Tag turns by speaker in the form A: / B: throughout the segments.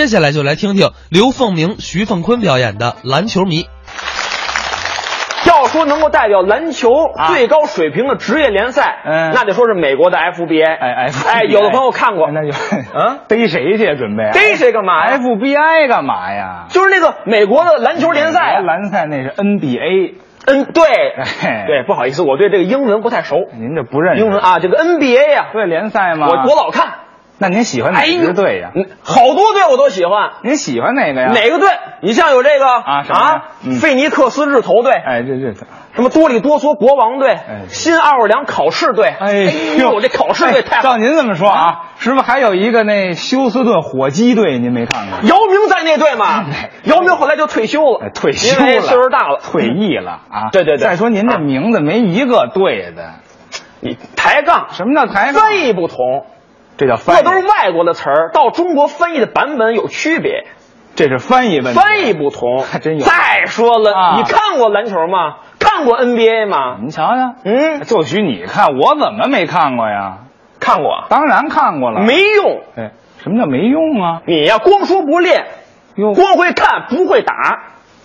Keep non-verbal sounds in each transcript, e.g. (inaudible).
A: 接下来就来听听刘凤鸣、徐凤坤表演的《篮球迷》。
B: 要说能够代表篮球
C: 啊
B: 最高水平的职业联赛，
C: 嗯
B: 那得说是美国的 FBA。
C: 哎
B: (laughs)
C: FBI
B: 哎，有的朋友看过，
C: 那就哎
B: 啊，
C: (laughs) 逮谁去啊准备？
B: 逮谁干嘛呀
C: ？FBI 干嘛呀？
B: 就是那个美国的篮球联赛啊
C: 美国。篮赛那是 NBA，
B: 嗯，对
C: 哎，
B: 对，不好意思，我对这个英文不太熟，
C: 您这不认识？
B: 英文啊，这个 NBA 呀，
C: 对联赛吗？
B: 我我老看。
C: 那您喜欢哪支队呀？
B: 嗯好多队我都喜欢。
C: 您喜欢哪个呀？
B: 哪个队？你像有这个
C: 啊什么呀嗯
B: 费尼克斯日头队，
C: 哎，这这，
B: 什么多利多索国王队
C: 哎，
B: 新奥尔良考试队。哎呦，这考试队
C: 哎
B: 太好
C: 照您这么说啊，是不是还有一个那休斯顿火鸡队？您没看过？
B: 姚明在那队嘛，姚明后来就退休了，
C: 哎，退休
B: 因为
C: 了，
B: 岁数大了，
C: 退役了啊！
B: (laughs) 对对对
C: 再说您这名字没一个对的，
B: 你抬杠，
C: 什么叫抬杠？
B: 翻译不同，
C: 这叫翻
B: 那
C: 译，
B: 都是外国的词儿，到中国翻译的版本有区别，
C: 这是翻译问题。
B: 翻译不同，
C: 还真有
B: 再说了，
C: 啊
B: 你看过篮球吗？看过 NBA 吗？
C: 您瞧瞧，
B: 嗯，
C: 就许你看，我怎么没看过呀？
B: 看过，
C: 当然看过了。
B: 没用，
C: 哎，什么叫没用啊？
B: 你呀光说不练，
C: 哟，
B: 光会看不会打，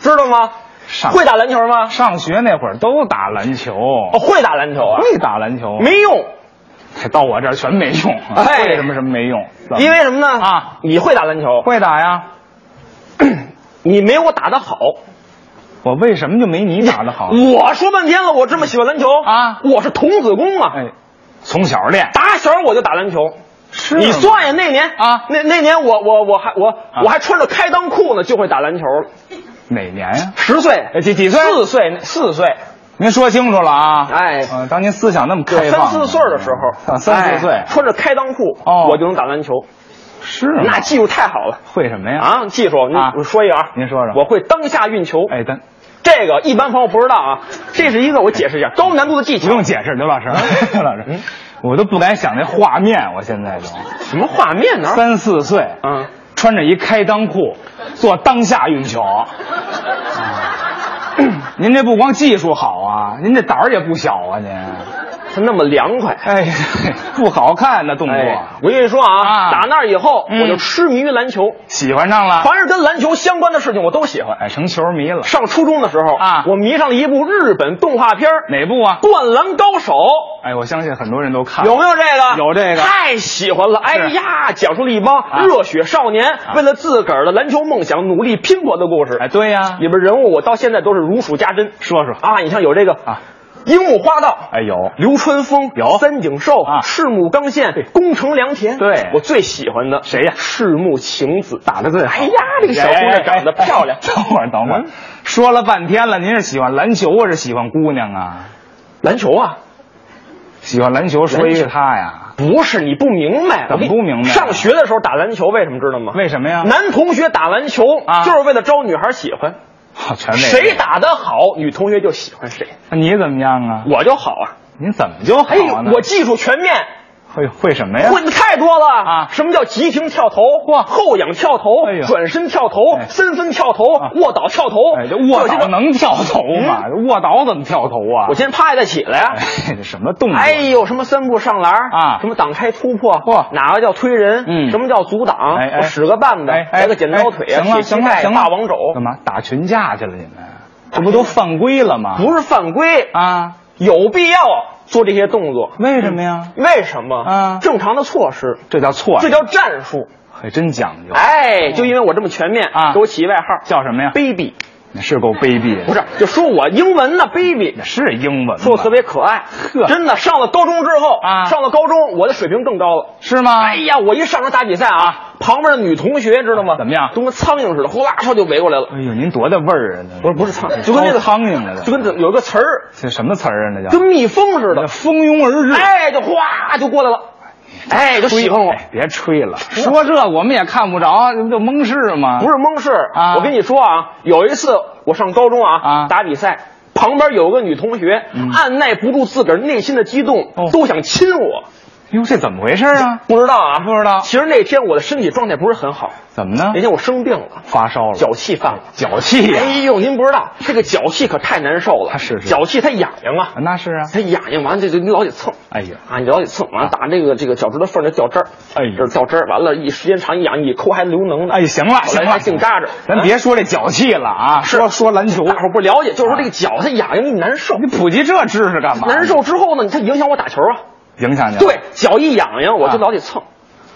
B: 知道吗？
C: 上
B: 会打篮球吗？
C: 上学那会儿都打篮球，
B: 哦，会打篮球啊，
C: 会打篮球，
B: 没用，
C: 哎到我这儿全没用，啊
B: 哎
C: 会什么什么没用，怎么
B: 因为什么呢？
C: 嗯啊，
B: 你会打篮球，
C: 会打呀。
B: 你没我打得好。
C: 我为什么就没你打的好？
B: 我说半天了，我这么喜欢篮球
C: 嗯啊
B: 我是童子功啊，
C: 哎，从小练，
B: 打小我就打篮球。
C: 是
B: 你
C: 吗
B: 算呀，那年
C: 啊
B: 那那年我我我还我我还穿着开裆裤呢，就会打篮球了。
C: 哪年呀？
B: 十岁
C: 哎，几几岁？
B: 四岁，四岁，
C: 您说清楚了啊！
B: 哎
C: 呃当您思想那么开
B: 对，
C: 放，
B: 三四岁的时候，
C: 啊三四岁，
B: 哎穿着开裆裤，
C: 哦
B: 我就能打篮球，
C: 是吗
B: 那技术太好了
C: 会什么呀？，
B: 啊！技术，您
C: 啊
B: 我说一个啊，
C: 您说说
B: 我会当下运球，
C: 哎，咱
B: 这个一般朋友不知道啊，这是一个我解释一下高难度的技
C: 不
B: 巧
C: 用。解释，刘老师，
B: 啊
C: (laughs) 刘老师，我都不敢想那画面，我现在都
B: 什么画面呢？
C: 三四岁，
B: 嗯，
C: 穿着一开裆裤，做当下运球。
B: 啊
C: 您这不光技术好啊，您这胆儿也不小啊，您。
B: 他那么凉快。
C: 哎，不好看的动作，
B: 哎，我跟你说啊，
C: 嗯啊
B: 打那以后
C: 嗯
B: 我就痴迷于篮球，
C: 喜欢上了，
B: 凡是跟篮球相关的事情我都喜欢。
C: 哎，成球迷了。
B: 上初中的时候
C: 啊
B: 我迷上了一部日本动画片儿《
C: 哪部啊？
B: 灌篮高手》，
C: 哎，我相信很多人都看了
B: 有没有这个？
C: 啊有这个
B: 太喜欢了！哎呀，讲述了一帮
C: 啊
B: 热血少年为了自个儿的篮球梦想努力拼搏的故事。
C: 哎，对呀、
B: 里边人物我到现在都是如数家珍。
C: 说说
B: 啊，你像有这个
C: 啊，
B: 樱木花道，
C: 哎，有
B: 流川枫
C: 有
B: 三井寿
C: 啊
B: 赤木刚宪、宫城良田。
C: 对
B: 我最喜欢的
C: 谁呀
B: 赤木晴子。
C: 打的最好。
B: 哎呀， (laughs) 这个小姑娘长得漂亮
C: 哎哎哎。 (laughs) 等会儿，等会儿，
B: 嗯
C: 说了半天了，您是喜欢篮球啊，是喜欢姑娘啊？
B: 篮球啊，
C: 喜欢篮球，说一个她呀？
B: 不是你不明白，
C: 怎么不明白啊
B: 上学的时候打篮球，为什么知道吗？
C: 为什么呀？
B: 男同学打篮球
C: 啊
B: 就是为了招女孩喜欢，
C: 好全没
B: 谁？打得好，女同学就喜欢谁。
C: 你怎么样啊？
B: 我就好啊，
C: 您怎么就好啊
B: 哎，
C: 呢？
B: 我技术全面，
C: 会会什哎么呀？
B: 混的太多了
C: 啊
B: 什么叫急停跳投？
C: 嚯
B: 后仰跳投，
C: 哎呦
B: 转身跳投，
C: 哎
B: 三分跳投，
C: 啊
B: 卧倒跳投。
C: 哎，这卧
B: 我今
C: 倒
B: 天
C: 能跳投吗？这卧倒怎么跳投啊？
B: 嗯我今天趴下再起来呀、啊
C: 哎，这什么动作？
B: 哎呦，什么三步上篮
C: 啊
B: 什么挡开突破，
C: 嚯
B: 哪个叫推人？
C: 嗯
B: 什么叫阻挡？
C: 哎哎
B: 我使个绊子，
C: 哎哎，
B: 来个剪刀腿啊，
C: 哎行了
B: 铁膝
C: 行了
B: 盖
C: 行了，
B: 霸王肘，
C: 干嘛打群架去了？你们这不都犯规了吗？
B: 不是犯规，
C: 啊，
B: 有必要做这些动作。
C: 为什么呀？
B: 为什么？
C: 啊哎
B: 正常的措施，
C: 这叫错，
B: 这叫战术。
C: 还真讲究。
B: 哎，就因为我这么全面
C: 啊
B: 给我起一外号
C: 叫什么呀？
B: baby，
C: 你是够卑鄙的，
B: 不是，就说我英文呢 baby，
C: 那是英文吧，
B: 说我特别可爱。
C: 呵
B: 真的，上了高中之后
C: 啊
B: 上了高中我的水平更高了。
C: 是吗？
B: 哎呀，我一上场打比赛啊，旁边的女同学知道吗？
C: 怎么样
B: 都跟苍蝇似的，呼啦超就围过来了。
C: 哎呦，您多大味儿啊？那
B: 不是不是苍，就跟那个
C: 招苍蝇了，
B: 就跟怎有一个词儿，
C: 这什么词儿啊？那叫
B: 跟蜜蜂似
C: 这
B: 的，
C: 蜂拥而至。
B: 哎，就哗就过来了，哎，就
C: 吹，
B: 喜欢我。
C: 哎别吹了，说这我们也看不着，这不就蒙事吗？
B: 不是蒙事儿
C: 啊
B: 我跟你说啊，有一次我上高中啊，
C: 啊嗯
B: 打比赛，旁边有个女同学，按耐不住自个儿内心的激动，
C: 哦
B: 都想亲我。
C: 哟，这怎么回事啊？
B: 不知道啊，
C: 不知道
B: 其实那天我的身体状态不是很好，
C: 怎么呢
B: 那？天我生病了，
C: 发烧了，
B: 哎脚气犯了。
C: 脚气呀、
B: 哎呦，您不知道，这个脚气可太难受了。
C: 啊是是
B: 脚气它痒痒啊，
C: 那是啊。
B: 它痒痒完了就就老得蹭。
C: 哎呀，
B: 啊，你老得蹭，完了打这个这个脚趾头缝儿叫掉汁儿，
C: 哎呦
B: 这儿掉汁儿，完了，一时间长一痒一抠还流脓呢，
C: 哎，行了行
B: 还
C: 了，
B: 净扎着，
C: 咱别说这脚气了啊，说说篮球，
B: 大伙儿不了解，就是说这个脚它痒痒你难受，
C: 你普及这知识干嘛？
B: 难受之后呢，它影响我打球啊，
C: 影响你了。
B: 对，，脚一痒痒我就
C: 哎啊
B: 老得蹭。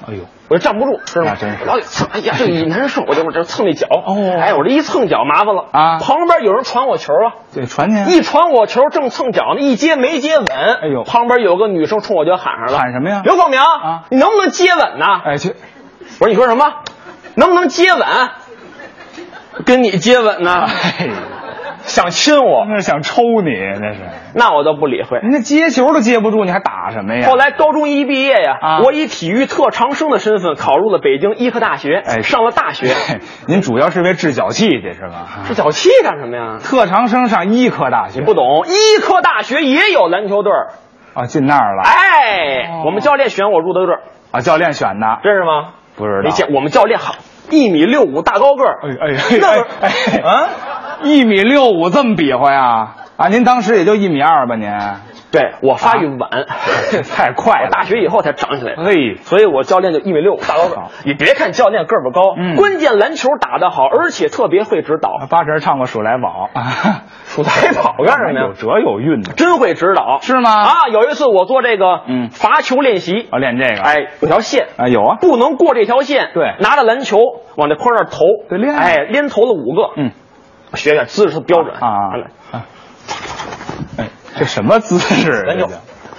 C: 哎呦，
B: 我就站不住，知道吗
C: 那啊真是？
B: 老得蹭，哎呀，这一难受，我就我这蹭那脚，
C: 哦
B: 哎，我这一蹭脚麻烦了
C: 啊
B: 旁边有人传我球啊，
C: 对，传去
B: 一传我球正蹭脚呢，一接没接稳，哎
C: 呦
B: 旁边有个女生冲我就喊上了，
C: 喊什么呀
B: 刘广明
C: 啊
B: 你能不能接吻呢？
C: 哎去，
B: 我说你说什么？能不能接吻？跟你接吻
C: (laughs)
B: 呢？
C: 哎呦，
B: 想亲我，
C: 那是想抽你，那是。
B: 那我倒不理会。
C: 人家接球都接不住，你还打什么哎呀？
B: 后来高中一毕业呀，
C: 啊
B: 我以体育特长生的身份考入了北京医科大学，
C: 哎
B: 上了大学。
C: 嘿，您主要是为治脚气去是吧？
B: 这脚气干什么呀？
C: 特长生上医科大学
B: 不懂，医科大学也有篮球队儿。
C: 啊，进那儿了
B: 哎，
C: 哦
B: 我们教练选我入的队儿，
C: 啊？教练选的，
B: 认识吗？
C: 不知
B: 你
C: 道。
B: 见我们教练好，一米六五大高个
C: 哎
B: 儿，
C: 哎
B: 那
C: 哎
B: 不
C: 哎哎啊！一米六五这么比划呀？啊，您当时也就一米二吧您？
B: 对我发育晚，
C: 啊 (laughs) 太快了
B: 我大学以后才长起来的。
C: 嘿，
B: 所以我教练就一米六五大高个儿
C: 好。
B: 你别看教练个儿不高，
C: 嗯
B: 关键篮球打得好，而且特别会指导。
C: 啊八成唱过《数来宝》啊， (laughs)
B: 数来宝干什么呀
C: 有辙有韵的
B: 哎真会指导
C: 是吗
B: 啊，有一次我做这个
C: 嗯
B: 罚球练习，
C: 啊，练这个
B: 哎，有条线，
C: 啊有啊，
B: 不能过这条线。
C: 对
B: 拿着篮球往这框那儿投，
C: 对练啊
B: 哎，连投了五个。
C: 嗯，
B: 学学姿势特标准
C: 啊
B: 来
C: 啊，哎，这什么姿势？啊
B: 咱就
C: 这叫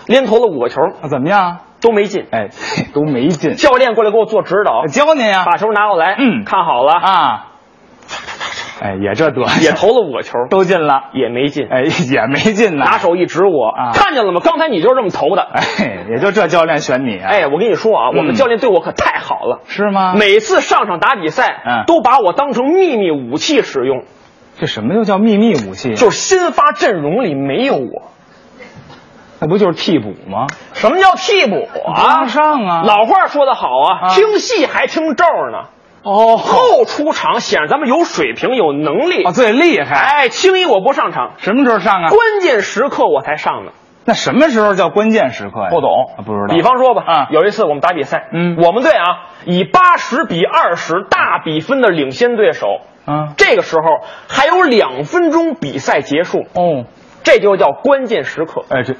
B: 连投了五个球
C: 啊怎么样？
B: 都没进，
C: 哎，都没劲，
B: 教练过来给我做指导，
C: 教您呀
B: 把球拿过来，
C: 嗯
B: 看好了，
C: 啊，哎也这德行
B: 也投了五个球，
C: 都进了，
B: 也没进，
C: 哎也没劲呢，
B: 拿手一指我
C: 啊，
B: 看见了吗？刚才你就是这么投的。
C: 哎也就这教练选你啊，
B: 哎，我跟你说啊，
C: 嗯
B: 我们教练对我可太好了，
C: 是吗？
B: 每次上场打比赛
C: 嗯，
B: 都把我当成秘密武器使用，
C: 这什么又叫秘密武器？啊
B: 就是先发阵容里没有我。
C: 那不就是替补吗？
B: 什么叫替补啊？
C: 不让上啊
B: 老话说得好啊，
C: 啊
B: 听戏还听咒呢。
C: 哦
B: 后出场显示咱们有水平、有能力。
C: 啊最厉害，
B: 哎，轻易我不上场，
C: 什么时候上啊？
B: 关键时刻我才上呢。
C: 那什么时候叫关键时刻呀？
B: 不懂
C: 啊不知道。
B: 比方说吧，
C: 啊
B: 有一次我们打比赛，
C: 嗯
B: 我们队啊以八十比二十大比分的领先对手。
C: 啊，
B: 这个时候还有两分钟比赛结束，
C: 哦，
B: 这就叫关键时刻。
C: 哎这，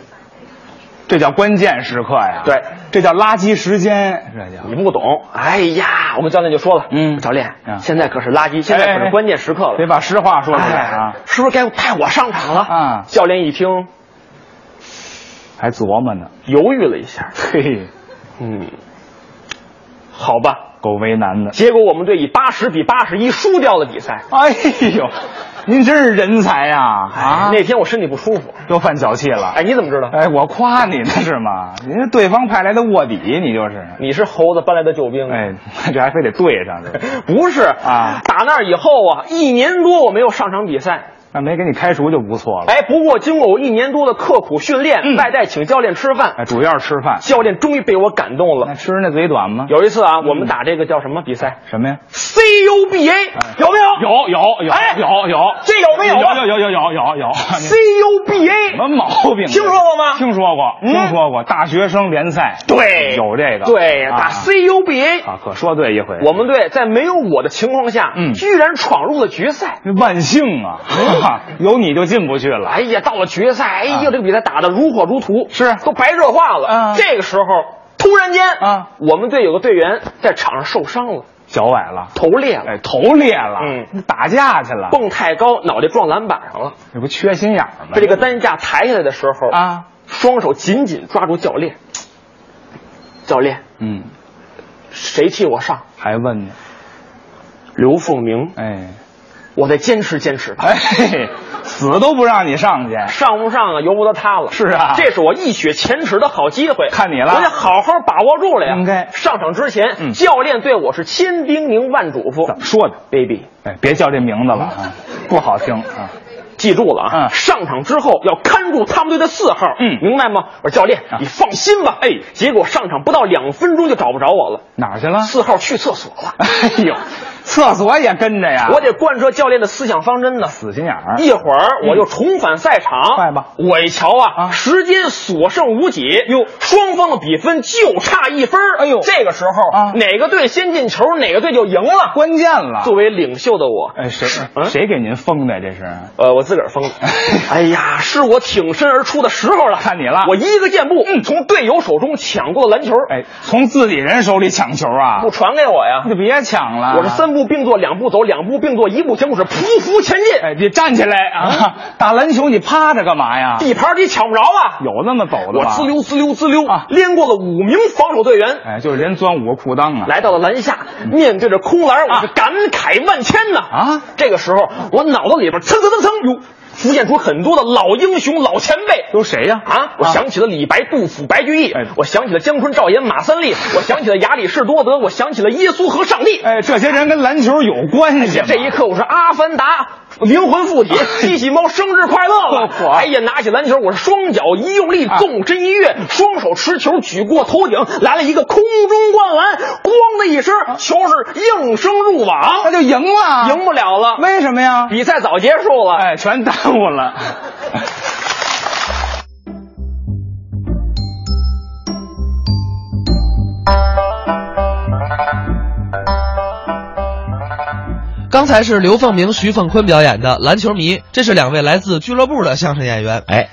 C: 这叫关键时刻呀。
B: 对，
C: 这叫垃圾时间，这叫
B: 你不懂，哎呀，我们教练就说了，
C: 嗯
B: 教练，
C: 啊哎
B: 现在可是垃圾，现在可是关键时刻了，
C: 得把实话说出来
B: 哎
C: 啊，，
B: 是不是该派我上场了？
C: 啊
B: 教练一听，
C: 还琢磨呢。
B: 犹豫了一下，
C: 嘿，
B: 嗯，好吧。
C: 够为难的。
B: 结果我们队以八十比八十一输掉了比赛。
C: 哎呦，您真是人才呀！啊，
B: 哎那天我身体不舒服。
C: 又犯脚气了。
B: 哎，你怎么知道？
C: 哎，我夸你呢是吗？您是对方派来的卧底，你就是。
B: 你是猴子搬来的救兵。，
C: 哎， (laughs) 这还非得对上是吧？
B: 不是
C: 啊
B: 打那以后啊，一年多我没有上场比赛。
C: 那没给你开除就不错了。
B: 哎，不过经过我一年多的刻苦训练，
C: 嗯
B: 外带请教练吃饭，
C: 哎，主要是吃饭。
B: 教练终于被我感动了
C: 那。吃人那嘴短吗？
B: 有一次啊，我们打这个叫什么比赛
C: 什么呀？
B: ？CUBA 有没有？
C: 哎有有有
B: 哎
C: 有有，
B: 这有没有啊
C: 有有有有有 (laughs) 有。什
B: CUBA
C: 么毛病？
B: 听说过吗
C: 听说过，
B: 嗯
C: 听说过。大学生联赛，
B: 对，
C: 有这个。
B: 对，
C: 啊
B: 打 CUBA，、
C: 啊，可说对一回。
B: 我们队在没有我的情况下，
C: 嗯
B: 居然闯入了决赛。
C: 万幸啊，哈哈 (laughs) 有你就进不去了。
B: 嗯哎呀，到了决赛，哎呀，
C: 啊
B: 这个比赛打得如火如荼，
C: 是
B: 都白热化了。
C: 嗯
B: 这个时候，突然间，
C: 啊，
B: 我们队有个队员在场上受伤了，
C: 脚崴了，
B: 头裂了，
C: 哎，头裂了，
B: 嗯，
C: 打架去了，
B: 蹦太高，脑袋撞篮板上了，
C: 这不缺心眼儿吗？
B: 被这个担架抬下来的时候，，
C: 哎啊，
B: 双手紧紧抓住教练，教练，
C: 嗯，
B: 谁替我上？
C: 还问呢，
B: 刘凤鸣，
C: 哎，
B: 我再坚持坚持吧。
C: 哎，死都不让你上去，
B: 上不上啊，由不得他了。
C: 是啊
B: 这是我一雪前耻的好机会，
C: 看你了
B: 我得好好把握住了呀。
C: 应该
B: 上场之前，
C: 嗯
B: 教练对我是千叮咛万嘱咐
C: 怎么说的？
B: ，baby，嗯
C: 哎，别叫这名字了啊，不好听啊。
B: 记住了啊！
C: 嗯
B: 上场之后要看住他们队的四号，
C: 嗯
B: 明白吗？我说教练
C: 啊，
B: 你放心吧。哎，结果上场不到两分钟就找不着我了，
C: 哪儿去了？
B: 四号去厕所
C: (laughs)
B: 了。
C: 哎呦，厕所也跟着呀！
B: 我得贯彻教练的思想方针呢。
C: 死心眼儿。
B: 一会儿我又重返赛场，
C: 啊嗯快吧
B: 我一瞧啊，
C: 啊
B: 时间所剩无几，哟，双方的比分就差一分儿。
C: 哎呦
B: 这个时候
C: 啊
B: 哪个队先进球，哪个队就赢了。
C: 关键了。
B: 作为领袖的我，
C: 哎，谁
B: 嗯
C: 谁给您封的？这是
B: 呃，我自个儿疯了。哎呀，是我挺身而出的时候了，
C: 看你了
B: 我一个箭步，嗯，从队友手中抢过了篮球，
C: 哎，从自己人手里抢球啊
B: 不！传给我呀
C: 就。别抢了。
B: 我是三步并作，两步走，两步并作，一步前，我是匍匐前进。
C: 哎，你站起来
B: 嗯
C: 啊！打篮球你趴着干嘛呀？
B: 地盘你抢不着啊！
C: 有那么走的
B: 嗯我
C: 吧？
B: 滋溜滋溜滋溜
C: 啊
B: 连过了五名防守队员，
C: 哎，就是人钻我裤裆啊！
B: 来到了篮下，面对着空篮，我是感慨万千呐！
C: 啊
B: 这个时候我脑子里边蹭蹭蹭蹭，哟，浮现出很多的老英雄、老前辈。
C: 都谁呀？
B: 啊！我想起了李白、杜甫、白居易
C: 哎，
B: 我想起了姜昆、赵岩、马三立，我想起了亚里士多德，我想起了耶稣和上帝。
C: 哎，这些人跟篮球有关系吗？
B: 这一刻，我是阿凡达灵魂附
C: (laughs)
B: 体，机器猫生日快乐了！
C: 嚯
B: 哎呀，拿起篮球，我是双脚一用力，
C: 啊
B: 纵身一跃，双手持球举过头顶，来了一个空中灌篮，咣的一声，
C: 啊
B: 球是应声入
C: 那
B: 网，
C: 就赢了，
B: 赢不了了。
C: 哎为什么呀？
B: 比赛早结束了，
C: 哎，全耽误了。
A: 刚才是刘凤鸣、徐凤坤表演的《篮球迷》，这是两位来自俱乐部的相声演员。哎，